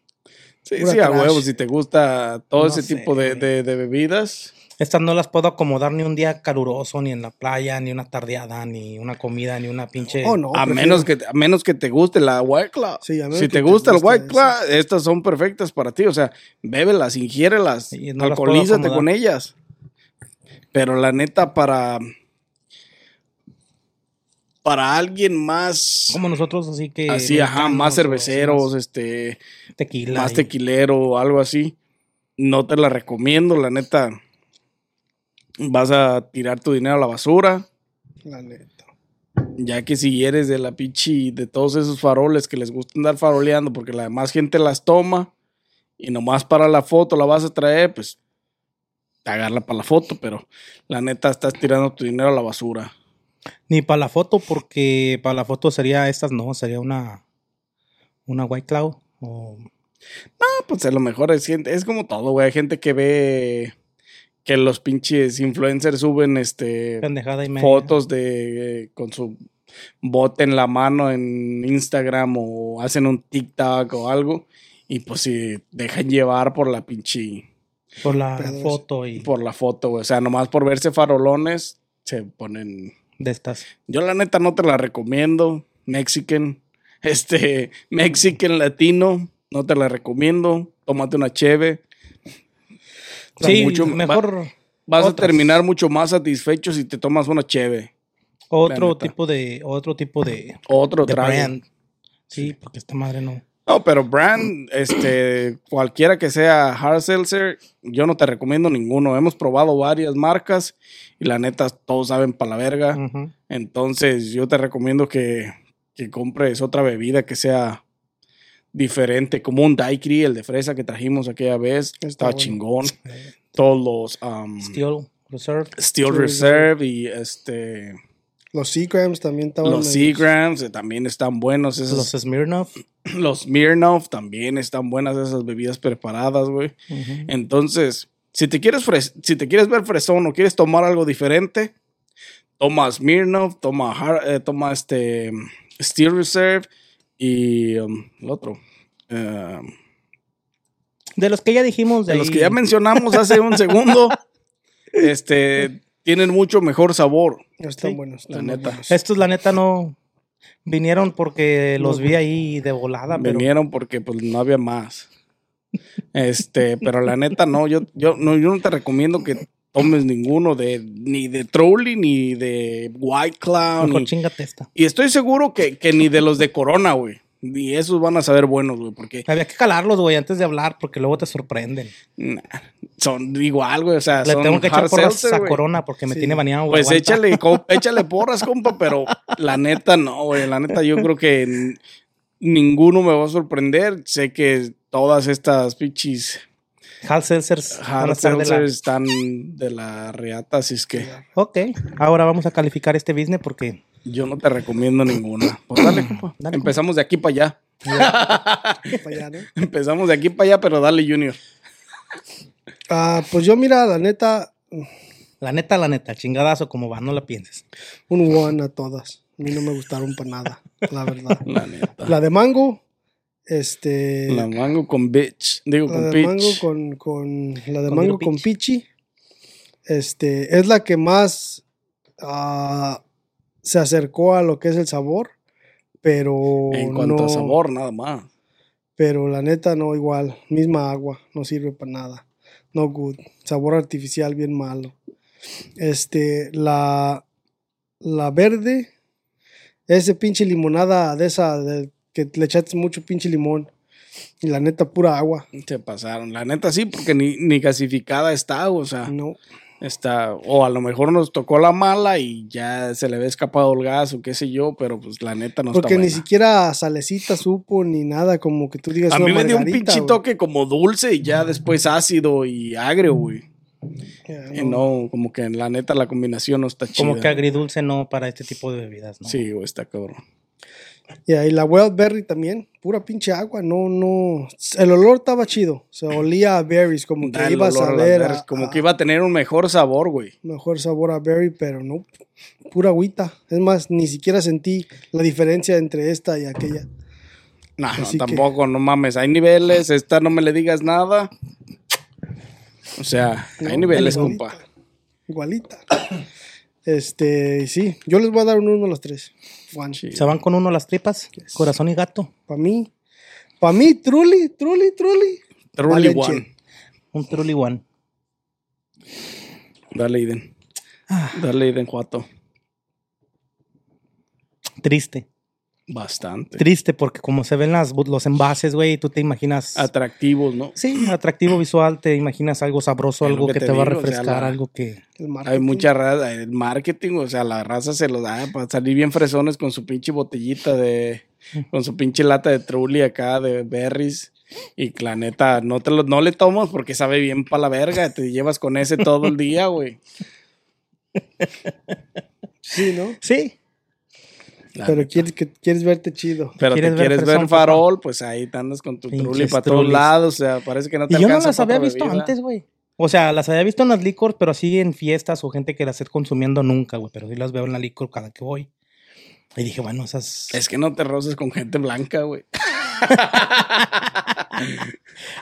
[SPEAKER 1] Sí,
[SPEAKER 3] Pura
[SPEAKER 1] sí, a
[SPEAKER 3] trash.
[SPEAKER 1] huevo, si te gusta todo
[SPEAKER 2] No
[SPEAKER 1] ese
[SPEAKER 2] sé,
[SPEAKER 1] tipo de,
[SPEAKER 2] güey.
[SPEAKER 1] de- de bebidas.
[SPEAKER 2] Estas no las puedo acomodar ni un día caluroso, ni en la playa, ni una tardeada, ni una comida, ni una pinche.
[SPEAKER 3] Oh, no.
[SPEAKER 1] a,
[SPEAKER 3] prefiero-
[SPEAKER 1] menos que, a menos que te guste la White Claw.
[SPEAKER 3] Sí, a menos
[SPEAKER 1] si
[SPEAKER 3] que
[SPEAKER 1] te
[SPEAKER 3] te
[SPEAKER 1] gusta el
[SPEAKER 3] guste
[SPEAKER 1] White Claw, estas son perfectas para ti. O sea, bébelas, ingiérelas,
[SPEAKER 2] Sí, no las puedo
[SPEAKER 1] alcoholízate
[SPEAKER 2] acomodar.
[SPEAKER 1] con ellas. Pero la neta, para. Para alguien más.
[SPEAKER 2] Como nosotros, así que.
[SPEAKER 1] así, ajá, más
[SPEAKER 2] mexicanos,
[SPEAKER 1] cerveceros,
[SPEAKER 2] o sea,
[SPEAKER 1] este.
[SPEAKER 2] más Tequila.
[SPEAKER 1] Más
[SPEAKER 2] y-
[SPEAKER 1] tequilero o algo así. No te la recomiendo, la neta. Vas a tirar tu dinero a la basura.
[SPEAKER 3] La neta.
[SPEAKER 1] Ya que si eres de la pichi, de todos esos faroles que les gusta andar faroleando porque la demás gente las toma y nomás para la foto la vas a traer, pues pagarla para la foto, pero la neta estás tirando tu dinero a la basura.
[SPEAKER 2] Ni para la foto, porque para la foto sería estas, no, sería una. Una White Cloud. O
[SPEAKER 1] Ah, pues a lo mejor es gente, es como todo, güey. Hay gente que ve que los pinches influencers suben este
[SPEAKER 2] pendejada y media.
[SPEAKER 1] fotos de eh, con su bote en la mano en Instagram o hacen un TikTok o algo y pues si dejan llevar por la pinche
[SPEAKER 2] Por la
[SPEAKER 3] Pero es-
[SPEAKER 2] foto y
[SPEAKER 1] por la foto, güey. o sea, nomás por verse farolones se ponen
[SPEAKER 2] de estas.
[SPEAKER 1] Yo la neta no te la recomiendo, Mexican, este Mexican latino, no te la recomiendo. Tómate una cheve.
[SPEAKER 2] Sí,
[SPEAKER 1] Mucho-
[SPEAKER 2] mejor.
[SPEAKER 1] Vas a
[SPEAKER 2] Otras.
[SPEAKER 1] terminar mucho más satisfecho si te tomas una cheve. la
[SPEAKER 2] Otro
[SPEAKER 1] neta.
[SPEAKER 2] tipo de. Otro tipo de.
[SPEAKER 1] Otro
[SPEAKER 2] de
[SPEAKER 1] trago.
[SPEAKER 2] brand. Sí, porque esta madre no.
[SPEAKER 1] No, pero brand, este, cualquiera que sea hard seltzer, yo no te recomiendo ninguno. Hemos probado varias marcas y la neta todos saben para la verga.
[SPEAKER 3] Mm.
[SPEAKER 2] Ujú.
[SPEAKER 1] Entonces yo te recomiendo que, que compres otra bebida que sea diferente, como un daiquiri, el de fresa que trajimos aquella vez.
[SPEAKER 3] Está
[SPEAKER 1] Está
[SPEAKER 3] bueno.
[SPEAKER 1] chingón.
[SPEAKER 2] Eh,
[SPEAKER 1] Todos los um, Steel,
[SPEAKER 2] Steel Reserve.
[SPEAKER 1] Reserve y este
[SPEAKER 3] Los Seagrams también estaban.
[SPEAKER 1] los
[SPEAKER 3] ahí.
[SPEAKER 1] Seagrams eh, también están buenos. Esos
[SPEAKER 2] Los Smirnoff.
[SPEAKER 1] los Mirnov también están buenas esas bebidas preparadas, güey.
[SPEAKER 2] Ujú.
[SPEAKER 1] Entonces, si te quieres fres- si te quieres ver fresón o quieres tomar algo diferente, toma Smirnov, toma Har- eh, toma este mm, Steel Reserve y um, el otro. eh,
[SPEAKER 2] De los que ya dijimos. De,
[SPEAKER 1] de los
[SPEAKER 2] ahí,
[SPEAKER 1] que ya mencionamos hace un segundo, este tienen mucho mejor sabor.
[SPEAKER 3] Están
[SPEAKER 2] Sí,
[SPEAKER 3] buenos.
[SPEAKER 1] la
[SPEAKER 3] están muy
[SPEAKER 1] neta.
[SPEAKER 3] buenos.
[SPEAKER 2] Estos, la neta, no. Vinieron porque los vi ahí de volada. Ah, Pero
[SPEAKER 1] Vinieron porque pues no había más. Este, pero la neta no, yo, yo no, yo no te recomiendo que tomes ninguno de ni de Trolley ni de White Cloud.
[SPEAKER 2] mejor
[SPEAKER 1] ni-
[SPEAKER 2] chingate esta.
[SPEAKER 1] y estoy seguro que, que ni de los de Corona, güey. Ni esos van a saber buenos, güey, porque
[SPEAKER 2] Había que calarlos, güey, antes de hablar, porque luego te sorprenden.
[SPEAKER 1] nah, son igual, güey. O sea,
[SPEAKER 2] Le
[SPEAKER 1] son
[SPEAKER 2] tengo que
[SPEAKER 1] hard
[SPEAKER 2] echar porras
[SPEAKER 1] seltzer,
[SPEAKER 2] a
[SPEAKER 1] güey.
[SPEAKER 2] Corona porque me
[SPEAKER 3] Sí.
[SPEAKER 2] tiene baneado, güey.
[SPEAKER 1] Pues
[SPEAKER 2] aguanta.
[SPEAKER 1] échale, co- échale porras, compa, pero la neta no, güey. La neta yo creo que n- ninguno me va a sorprender. Sé que todas estas pichis
[SPEAKER 2] Hard Seltzers. van a
[SPEAKER 1] hard
[SPEAKER 2] estar de la-
[SPEAKER 1] seltzers están de la reata, así es que
[SPEAKER 2] Ok, ahora vamos a calificar este business porque
[SPEAKER 1] yo no te recomiendo ninguna. Pues dale, compa.
[SPEAKER 2] Dale, compa.
[SPEAKER 1] Empezamos de aquí para allá.
[SPEAKER 3] Para allá, ¿no?
[SPEAKER 1] Empezamos de aquí para allá, pero dale, Junior.
[SPEAKER 3] Ah, pues yo, mira, la neta,
[SPEAKER 2] la neta, la neta, chingadazo como va, no la pienses.
[SPEAKER 3] un one a todas. A mí no me gustaron para nada, la verdad.
[SPEAKER 1] La neta.
[SPEAKER 3] La de mango Este.
[SPEAKER 1] La mango con bitch. Digo,
[SPEAKER 3] la
[SPEAKER 1] con
[SPEAKER 3] de
[SPEAKER 1] peach.
[SPEAKER 3] mango con, con la de
[SPEAKER 2] Con
[SPEAKER 3] mango
[SPEAKER 2] Little
[SPEAKER 3] con
[SPEAKER 2] Peach.
[SPEAKER 3] pichi este es la que más ah, se acercó a lo que es el sabor pero
[SPEAKER 1] en cuanto
[SPEAKER 3] no-
[SPEAKER 1] a sabor, nada más.
[SPEAKER 3] pero la neta no igual misma agua no sirve para nada no good sabor artificial bien malo este la la verde ese pinche limonada de esa de- que le echaste mucho pinche limón y la neta pura agua
[SPEAKER 1] Se pasaron. La neta sí, porque ni, ni gasificada está, o sea,
[SPEAKER 3] no
[SPEAKER 1] está. O a lo mejor nos tocó la mala y ya se le había escapado el gas o qué sé yo, pero pues la neta no
[SPEAKER 3] Porque
[SPEAKER 1] está
[SPEAKER 3] ni
[SPEAKER 1] buena.
[SPEAKER 3] siquiera salecita supo ni nada, como que tú digas.
[SPEAKER 1] A
[SPEAKER 3] una
[SPEAKER 1] mí me dio un
[SPEAKER 3] margarita,
[SPEAKER 1] pinche
[SPEAKER 3] güey.
[SPEAKER 1] toque como dulce y ya después ácido y agrio, güey.
[SPEAKER 3] Ya,
[SPEAKER 1] Y
[SPEAKER 3] no.
[SPEAKER 1] no, como que la neta la combinación no está chida.
[SPEAKER 2] Como que agridulce no para este tipo de bebidas, ¿no?
[SPEAKER 1] Sí, güey, está cabrón.
[SPEAKER 3] Ya, y la Wildberry también, pura pinche agua, no, no. El olor estaba chido, se olía a berries, como que
[SPEAKER 1] Da el
[SPEAKER 3] ibas
[SPEAKER 1] olor
[SPEAKER 3] a
[SPEAKER 1] a las
[SPEAKER 3] ver.
[SPEAKER 1] berries,
[SPEAKER 3] a-
[SPEAKER 1] como
[SPEAKER 3] a-
[SPEAKER 1] que iba a tener un mejor sabor, güey.
[SPEAKER 3] Mejor sabor a berry, pero no, pura agüita. Es más, ni siquiera sentí la diferencia entre esta y aquella.
[SPEAKER 1] No, no,
[SPEAKER 3] Así que-
[SPEAKER 1] tampoco, no mames. Hay niveles, esta no me le digas nada. O sea,
[SPEAKER 3] No,
[SPEAKER 1] hay niveles,
[SPEAKER 3] igualita.
[SPEAKER 1] compa.
[SPEAKER 3] Igualita. Este, sí, yo les voy a dar un uno a los tres. Juan.
[SPEAKER 1] Sí.
[SPEAKER 2] Se van con uno las tripas, corazón y gato.
[SPEAKER 3] Para mí, para mí, truly, truly, truly.
[SPEAKER 1] Truly
[SPEAKER 3] Valencia.
[SPEAKER 1] one.
[SPEAKER 2] Un truly one.
[SPEAKER 1] Dale, Iden. Dale, Iden Juato.
[SPEAKER 2] Triste.
[SPEAKER 1] Bastante.
[SPEAKER 2] Triste porque como se ven las, los envases, güey, tú te imaginas...
[SPEAKER 1] Atractivos, ¿no?
[SPEAKER 2] sí, atractivo visual, te imaginas algo sabroso,
[SPEAKER 1] Es lo
[SPEAKER 2] algo
[SPEAKER 1] que
[SPEAKER 2] que,
[SPEAKER 1] te
[SPEAKER 2] te, va a
[SPEAKER 1] digo, o sea,
[SPEAKER 2] refrescar,
[SPEAKER 1] la-
[SPEAKER 2] algo que...
[SPEAKER 3] El
[SPEAKER 1] Hay
[SPEAKER 3] marketing.
[SPEAKER 1] mucha raza, el marketing, o sea, la raza se los da para salir bien fresones con su pinche botellita de, con su pinche lata de Trulli acá, de berries. Y la neta, no, te lo, no le tomas porque sabe bien para la verga, te llevas con ese todo el día, güey.
[SPEAKER 3] Sí, ¿no?
[SPEAKER 2] Sí,
[SPEAKER 1] La
[SPEAKER 3] Pero
[SPEAKER 1] neta.
[SPEAKER 3] quieres, que, quieres verte chido.
[SPEAKER 1] Pero
[SPEAKER 2] ¿Quieres
[SPEAKER 1] te
[SPEAKER 2] ver
[SPEAKER 1] quieres ver
[SPEAKER 2] fresón,
[SPEAKER 1] farol, pues ahí te andas con tu
[SPEAKER 2] Pinches
[SPEAKER 1] Trulli para todos
[SPEAKER 2] Trulis.
[SPEAKER 1] lados, o sea, parece que no te
[SPEAKER 2] Y yo no
[SPEAKER 1] alcanza
[SPEAKER 2] las
[SPEAKER 1] pa' otra
[SPEAKER 2] había visto
[SPEAKER 1] bebida.
[SPEAKER 2] antes, güey. O sea, las había visto en las licor, pero así en fiestas o gente que las esté consumiendo nunca, güey. Pero sí las veo en la licor cada que voy. Y dije, bueno, esas.
[SPEAKER 1] Es que no te roces con gente blanca, güey.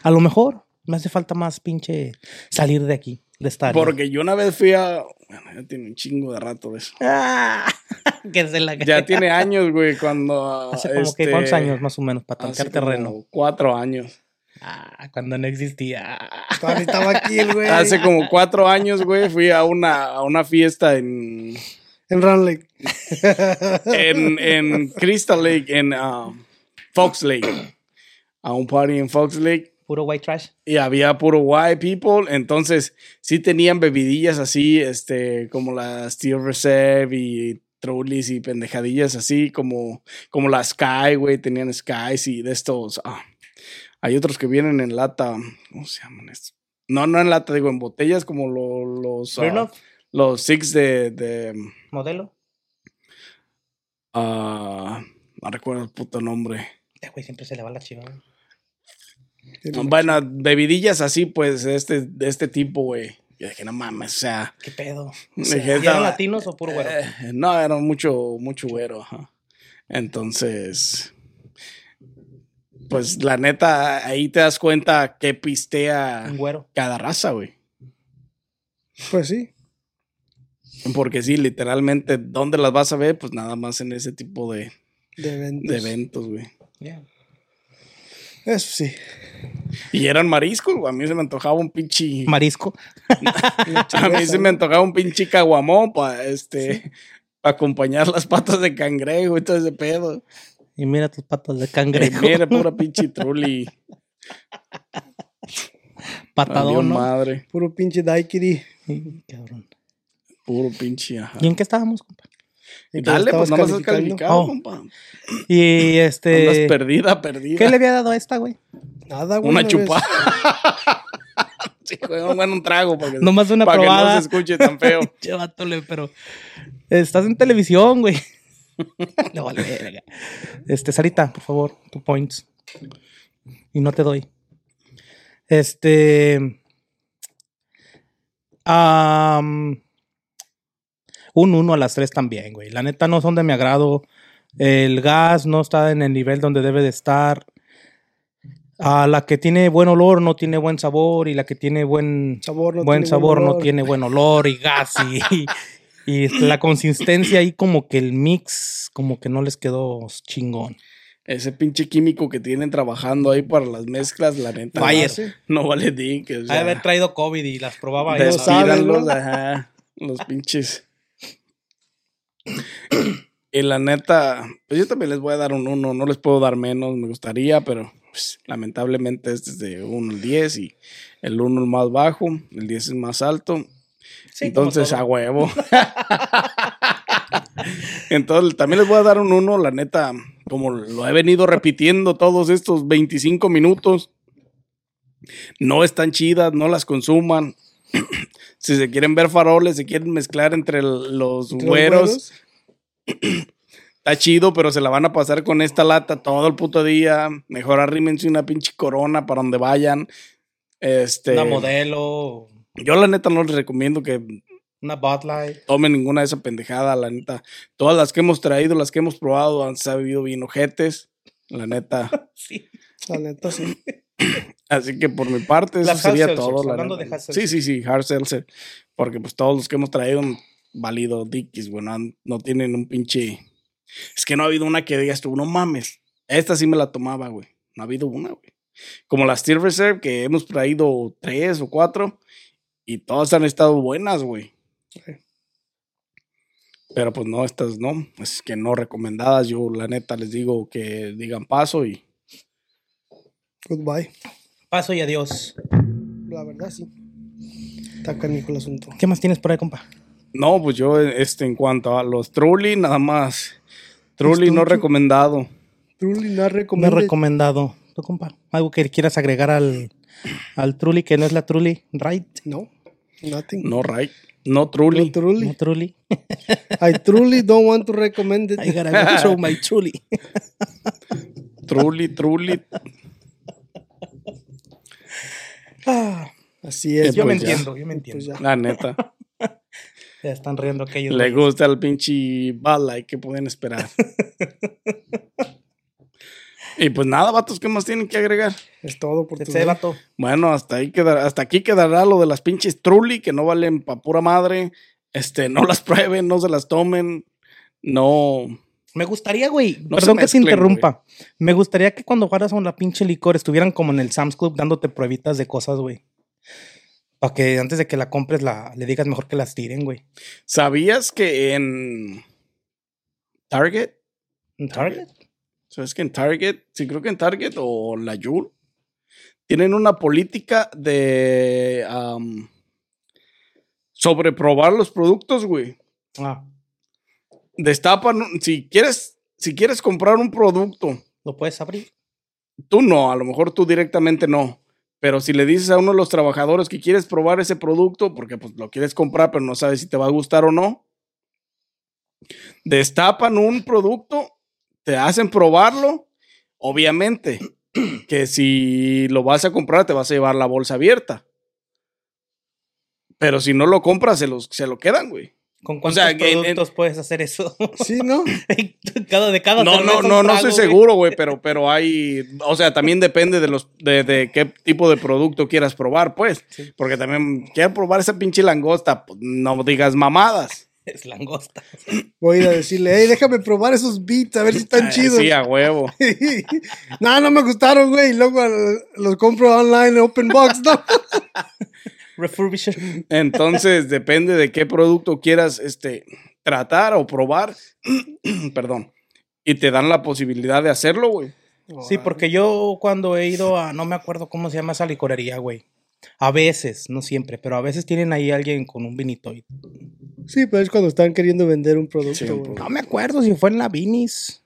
[SPEAKER 2] A lo mejor me hace falta más pinche salir de aquí, de estar.
[SPEAKER 1] Porque yo una vez fui a. Bueno, ya tiene un chingo de rato de eso.
[SPEAKER 2] Ah, que se la
[SPEAKER 1] Ya tiene años, güey, cuando.
[SPEAKER 2] Hace como
[SPEAKER 1] este,
[SPEAKER 2] que cuántos años más o menos para
[SPEAKER 1] hace
[SPEAKER 2] tancar
[SPEAKER 1] como
[SPEAKER 2] terreno.
[SPEAKER 1] Cuatro años.
[SPEAKER 2] Ah, cuando no existía.
[SPEAKER 3] Todavía estaba aquí el güey.
[SPEAKER 1] Hace como cuatro años, güey, fui a una, a una fiesta en,
[SPEAKER 3] En Run Lake.
[SPEAKER 1] en, en Crystal Lake, en ah, Fox Lake. A un party en Fox Lake.
[SPEAKER 2] Puro white trash.
[SPEAKER 1] y había puro white people, entonces sí tenían bebidillas así, este, como las Steel Reserve y Trolleys y pendejadillas así, como, como la Sky, güey, tenían Skies y de estos. ah, hay otros que vienen en lata, ¿cómo se llaman estos? No, no en lata, digo, en botellas como lo- los, ah,
[SPEAKER 2] Smirnoff,
[SPEAKER 1] los Six de, de,
[SPEAKER 2] modelo.
[SPEAKER 1] ah, no recuerdo el puto nombre.
[SPEAKER 2] Este güey siempre se le va la chiva. güey.
[SPEAKER 1] Bueno, bebidillas así, pues, de este, de este tipo, güey. Yo dije, no mames, o sea,
[SPEAKER 2] ¿Qué pedo?
[SPEAKER 1] Dije,
[SPEAKER 2] ¿Y
[SPEAKER 1] "Esta-
[SPEAKER 2] ¿Eran latinos o puro güero?
[SPEAKER 1] Eh, no, era mucho, mucho güero, ajá. Entonces, pues la neta, ahí te das cuenta que pistea
[SPEAKER 2] Un güero.
[SPEAKER 1] cada raza, güey.
[SPEAKER 3] Pues sí.
[SPEAKER 1] Porque sí, literalmente, ¿dónde las vas a ver? Pues nada más en ese tipo de,
[SPEAKER 3] De eventos.
[SPEAKER 1] de eventos, güey.
[SPEAKER 2] Ya.
[SPEAKER 3] Eso sí.
[SPEAKER 1] Y eran mariscos, güey. A mí se me antojaba un pinche...
[SPEAKER 2] Marisco.
[SPEAKER 1] A mí se me antojaba un pinche caguamón para este... pa' acompañar las patas de cangrejo y todo ese pedo.
[SPEAKER 2] Y mira tus patas de
[SPEAKER 1] Y
[SPEAKER 2] cangrejo.
[SPEAKER 1] Eh, mira, pura pinche trulli. Adiós,
[SPEAKER 2] Patadón, ¿no?
[SPEAKER 1] madre.
[SPEAKER 3] Puro pinche daiquiri.
[SPEAKER 2] Sí, cabrón.
[SPEAKER 1] Puro pinche, ajá.
[SPEAKER 2] ¿Y en qué estábamos, compa?
[SPEAKER 3] Y que
[SPEAKER 1] Dale, pues
[SPEAKER 3] estabas
[SPEAKER 1] nomás has
[SPEAKER 3] calificando.
[SPEAKER 1] calificado,
[SPEAKER 2] Oh.
[SPEAKER 1] compa.
[SPEAKER 2] Y
[SPEAKER 1] Andas
[SPEAKER 2] este.
[SPEAKER 1] perdida, perdida.
[SPEAKER 2] ¿Qué le había dado a esta, güey?
[SPEAKER 3] Nada, güey.
[SPEAKER 1] Una
[SPEAKER 3] vez.
[SPEAKER 1] chupada. sí, güey, un buen un trago para que,
[SPEAKER 2] Nomás una
[SPEAKER 1] para que no
[SPEAKER 2] probada.
[SPEAKER 1] se escuche tan feo.
[SPEAKER 2] Llévatole, pero. Estás en televisión, güey. no vale, verga. Este, Sarita, por favor, tu points. Y no te doy. Este. am, un uno a las tres también, güey. La neta no son de mi agrado. El gas no está en el nivel donde debe de estar. Ah, la que tiene buen olor no tiene buen sabor y la que tiene buen,
[SPEAKER 3] Sabor no
[SPEAKER 2] buen
[SPEAKER 3] tiene
[SPEAKER 2] sabor no
[SPEAKER 3] olor.
[SPEAKER 2] tiene buen olor y gas y, y la consistencia ahí como que el mix como que no les quedó chingón.
[SPEAKER 1] Ese pinche químico que tienen trabajando ahí para las mezclas, la neta. no
[SPEAKER 2] Bayer.
[SPEAKER 1] hace- No vale di que. o sea,
[SPEAKER 2] Ha de haber traído COVID y las probaba ahí.
[SPEAKER 3] Des-
[SPEAKER 2] ¿no?
[SPEAKER 1] despídanlos,
[SPEAKER 3] No saben, ¿no?
[SPEAKER 1] ajá, Los pinches. Y la neta, pues yo también les voy a dar un 1, no les puedo dar menos, me gustaría, pero pues, lamentablemente este es de 1 al 10 y el 1 es más bajo, el 10 es más alto,
[SPEAKER 2] Sí, como
[SPEAKER 1] entonces
[SPEAKER 2] todo.
[SPEAKER 1] a huevo. Entonces también les voy a dar un 1, la neta, como lo he venido repitiendo todos estos 25 minutos. No están chidas, no las consuman. si se quieren ver faroles, se quieren mezclar entre el- los
[SPEAKER 3] Entre los
[SPEAKER 1] güeros,
[SPEAKER 3] güeros.
[SPEAKER 1] está chido, pero se la van a pasar con esta lata todo el puto día. Mejor arrímense una pinche corona para donde vayan. Este,
[SPEAKER 2] Una modelo,
[SPEAKER 1] yo la neta no les recomiendo que
[SPEAKER 2] una Bud Light.
[SPEAKER 1] tomen ninguna de esa pendejada, la neta. Todas las que hemos traído, las que hemos probado, han sabido bien ojetes, la neta.
[SPEAKER 2] Sí.
[SPEAKER 3] La neta, sí.
[SPEAKER 1] Así que por mi parte, eso
[SPEAKER 2] Las hard
[SPEAKER 1] sería
[SPEAKER 2] seltzers,
[SPEAKER 1] todo. la
[SPEAKER 2] hablando
[SPEAKER 1] neta.
[SPEAKER 2] de hard
[SPEAKER 1] sí,
[SPEAKER 2] seltzer.
[SPEAKER 1] sí, sí, hard seltzer. Porque pues todos los que hemos traído han valido dickies, bueno, han- no tienen un pinche... Es que no ha habido una que digas tú, no mames, esta sí me la tomaba, güey. No ha habido una, güey. Como las Steel Reserve, que hemos traído tres o cuatro, y todas han estado buenas, güey. Pero pues no, estas no. Es que no recomendadas. Yo la neta les digo que digan paso y
[SPEAKER 3] Goodbye.
[SPEAKER 2] Paso y adiós.
[SPEAKER 3] La verdad, sí. Está canijo el asunto.
[SPEAKER 2] ¿Qué más tienes por ahí, compa?
[SPEAKER 1] No, pues yo este, en cuanto a los Truly, nada más. Truly no
[SPEAKER 3] Estuche.
[SPEAKER 1] recomendado.
[SPEAKER 3] Truly no
[SPEAKER 2] Me he
[SPEAKER 3] recomiendo.
[SPEAKER 2] recomendado. ¿Tú, compa? Algo que quieras agregar al, al Trulli, que no es la Trulli, right?
[SPEAKER 3] no, nothing.
[SPEAKER 1] No, right. No Truly.
[SPEAKER 3] No, truly.
[SPEAKER 2] No Trulli.
[SPEAKER 3] I truly don't want to recommend it.
[SPEAKER 2] I gotta go show my Trulli.
[SPEAKER 1] Truly, Truly.
[SPEAKER 2] Ah,
[SPEAKER 3] Así es.
[SPEAKER 1] Yo
[SPEAKER 3] pues,
[SPEAKER 1] me
[SPEAKER 3] ya.
[SPEAKER 1] entiendo,
[SPEAKER 2] yo me
[SPEAKER 3] Pues ya.
[SPEAKER 1] La neta.
[SPEAKER 2] Ya están riendo aquellos.
[SPEAKER 1] Le
[SPEAKER 2] güeyes.
[SPEAKER 1] gusta el pinche bala y qué pueden esperar. y pues nada, vatos, ¿qué más tienen que agregar?
[SPEAKER 3] Es todo por tu
[SPEAKER 2] Ese vato.
[SPEAKER 1] Bueno, hasta ahí quedará, hasta aquí quedará lo de las pinches Truly que no valen pa pura madre. Este, no las prueben, no se las tomen. No,
[SPEAKER 2] Me gustaría, güey.
[SPEAKER 1] No se
[SPEAKER 2] perdón que se
[SPEAKER 1] mezclen,
[SPEAKER 2] interrumpa. Me gustaría que cuando fueras a una pinche licor estuvieran como en el Sam's Club dándote pruebitas de cosas, güey. Para que antes de que la compres la, le digas mejor que las tiren, güey.
[SPEAKER 1] ¿sabías que en Target?
[SPEAKER 2] ¿En Target?
[SPEAKER 1] ¿Sabes que en Target? Sí, creo que en Target o la Yul tienen una política de am, sobreprobar los productos, güey.
[SPEAKER 2] Ah,
[SPEAKER 1] Destapan, un- si quieres, si quieres comprar un producto
[SPEAKER 2] ¿lo puedes abrir?
[SPEAKER 1] tú no, a lo mejor tú directamente no. Pero si le dices a uno de los trabajadores que quieres probar ese producto, porque pues lo quieres comprar, pero no sabes si te va a gustar o no, destapan un producto, te hacen probarlo, obviamente, que si lo vas a comprar te vas a llevar la bolsa abierta. Pero si no lo compras, se, los, se lo quedan, güey.
[SPEAKER 2] ¿Con
[SPEAKER 1] O
[SPEAKER 2] cuántos
[SPEAKER 1] sea, que en-
[SPEAKER 2] productos puedes hacer eso?
[SPEAKER 3] Sí, ¿no?
[SPEAKER 2] cada de cada
[SPEAKER 1] No,
[SPEAKER 2] cerveza
[SPEAKER 1] no,
[SPEAKER 2] un
[SPEAKER 1] no, no
[SPEAKER 2] trago,
[SPEAKER 1] estoy
[SPEAKER 2] güey.
[SPEAKER 1] seguro, güey, pero, pero hay, o sea, también depende de los, de, de qué tipo de producto quieras probar, pues,
[SPEAKER 2] Sí.
[SPEAKER 1] porque también quiero probar esa pinche langosta, pues, no digas mamadas.
[SPEAKER 2] Es langosta.
[SPEAKER 3] Voy a ir a decirle, hey, déjame probar esos beats, a ver si están
[SPEAKER 1] Ay,
[SPEAKER 3] chidos.
[SPEAKER 1] Ah, Sí, a huevo.
[SPEAKER 3] no, no me gustaron, güey. Y luego al- los compro online en Open Box, ¿no?
[SPEAKER 2] Refurbisher.
[SPEAKER 1] Entonces, depende de qué producto quieras, este, tratar o probar, perdón, y te dan la posibilidad de hacerlo, güey.
[SPEAKER 2] Sí, porque yo cuando he ido a, no me acuerdo cómo se llama esa licorería, güey. A veces, no siempre, pero a veces tienen ahí alguien con un vinito. y-
[SPEAKER 3] Sí, pero es cuando están queriendo vender un producto,
[SPEAKER 1] Sí, un
[SPEAKER 3] güey.
[SPEAKER 1] producto.
[SPEAKER 2] No me acuerdo si fue en la Vinis.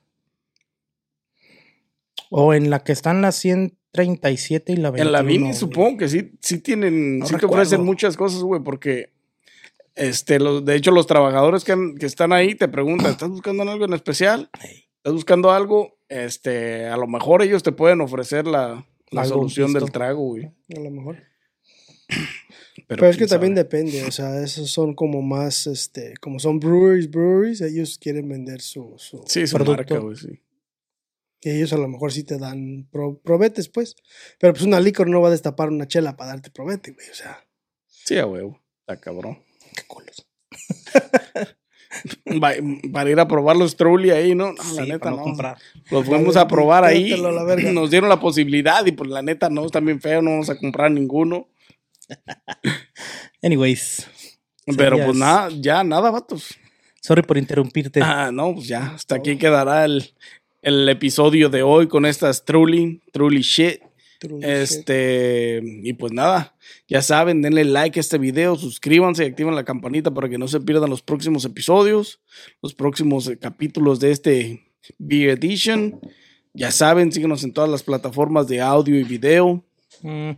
[SPEAKER 2] O en la que están las 137 y la 21.
[SPEAKER 1] En la Vini
[SPEAKER 2] güey.
[SPEAKER 1] supongo que sí, sí tienen,
[SPEAKER 2] No
[SPEAKER 1] sí te
[SPEAKER 2] recuerdo.
[SPEAKER 1] ofrecen muchas cosas, güey, porque este, los, de hecho los trabajadores que, han- que están ahí te preguntan, ¿estás buscando algo en especial?
[SPEAKER 2] Ey.
[SPEAKER 1] ¿Estás buscando algo? Este, a lo mejor ellos te pueden ofrecer la, la
[SPEAKER 2] Algo,
[SPEAKER 1] solución del
[SPEAKER 2] listo.
[SPEAKER 1] trago, güey.
[SPEAKER 3] A lo mejor.
[SPEAKER 1] Pero,
[SPEAKER 3] Pero, es que
[SPEAKER 1] quién sabe.
[SPEAKER 3] también depende, o sea, esos son como más, este, como son breweries, breweries, ellos quieren vender su, su
[SPEAKER 1] Sí, es una
[SPEAKER 2] producto.
[SPEAKER 1] marca, güey, sí.
[SPEAKER 3] Y ellos a lo mejor sí te dan pro- probetes, pues. Pero pues una licor no va a destapar una chela para darte probete, güey. O sea,
[SPEAKER 1] Sí, a huevo. Está cabrón.
[SPEAKER 3] qué culos.
[SPEAKER 1] Va- para ir a probar los Trulli ahí, ¿no? No, la
[SPEAKER 2] Sí,
[SPEAKER 1] neta,
[SPEAKER 2] para no
[SPEAKER 1] no.
[SPEAKER 2] comprar.
[SPEAKER 1] Los fuimos a probar ahí.
[SPEAKER 3] Quédatelo a la verga.
[SPEAKER 1] Nos dieron la posibilidad y pues la neta, no, están bien feos, no vamos a comprar ninguno.
[SPEAKER 2] Anyways,
[SPEAKER 1] Pero
[SPEAKER 2] ya
[SPEAKER 1] pues
[SPEAKER 2] es-
[SPEAKER 1] nada, ya nada, vatos.
[SPEAKER 2] sorry por interrumpirte.
[SPEAKER 1] Ah, no, pues ya, hasta aquí quedará el, el episodio de hoy con estas truly, truly shit.
[SPEAKER 3] True shit.
[SPEAKER 1] Este, y pues nada, ya saben, denle like a este video, suscríbanse y activen la campanita para que no se pierdan los próximos episodios, los próximos eh, capítulos de este Beer Edition. Ya saben, síguenos en todas las plataformas de audio y video.
[SPEAKER 2] Mm,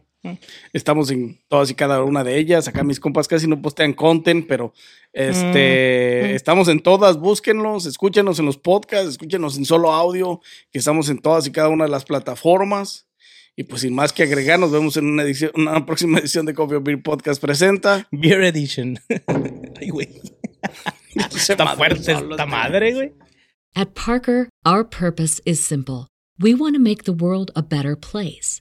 [SPEAKER 1] Estamos en todas y cada una de ellas. Acá mis compas casi no postean content, pero este estamos en todas. Búsquenlos, escúchenos en los podcasts, escúchenos en solo audio, que estamos en todas y cada una de las plataformas. Y pues sin más que agregar, nos vemos en una, edición, una próxima edición de Coffee or Beer Podcast presenta.
[SPEAKER 2] Beer Edition. Ay, güey. Está fuerte esta madre, güey.
[SPEAKER 4] At Parker, our purpose is simple. We want to make the world a better place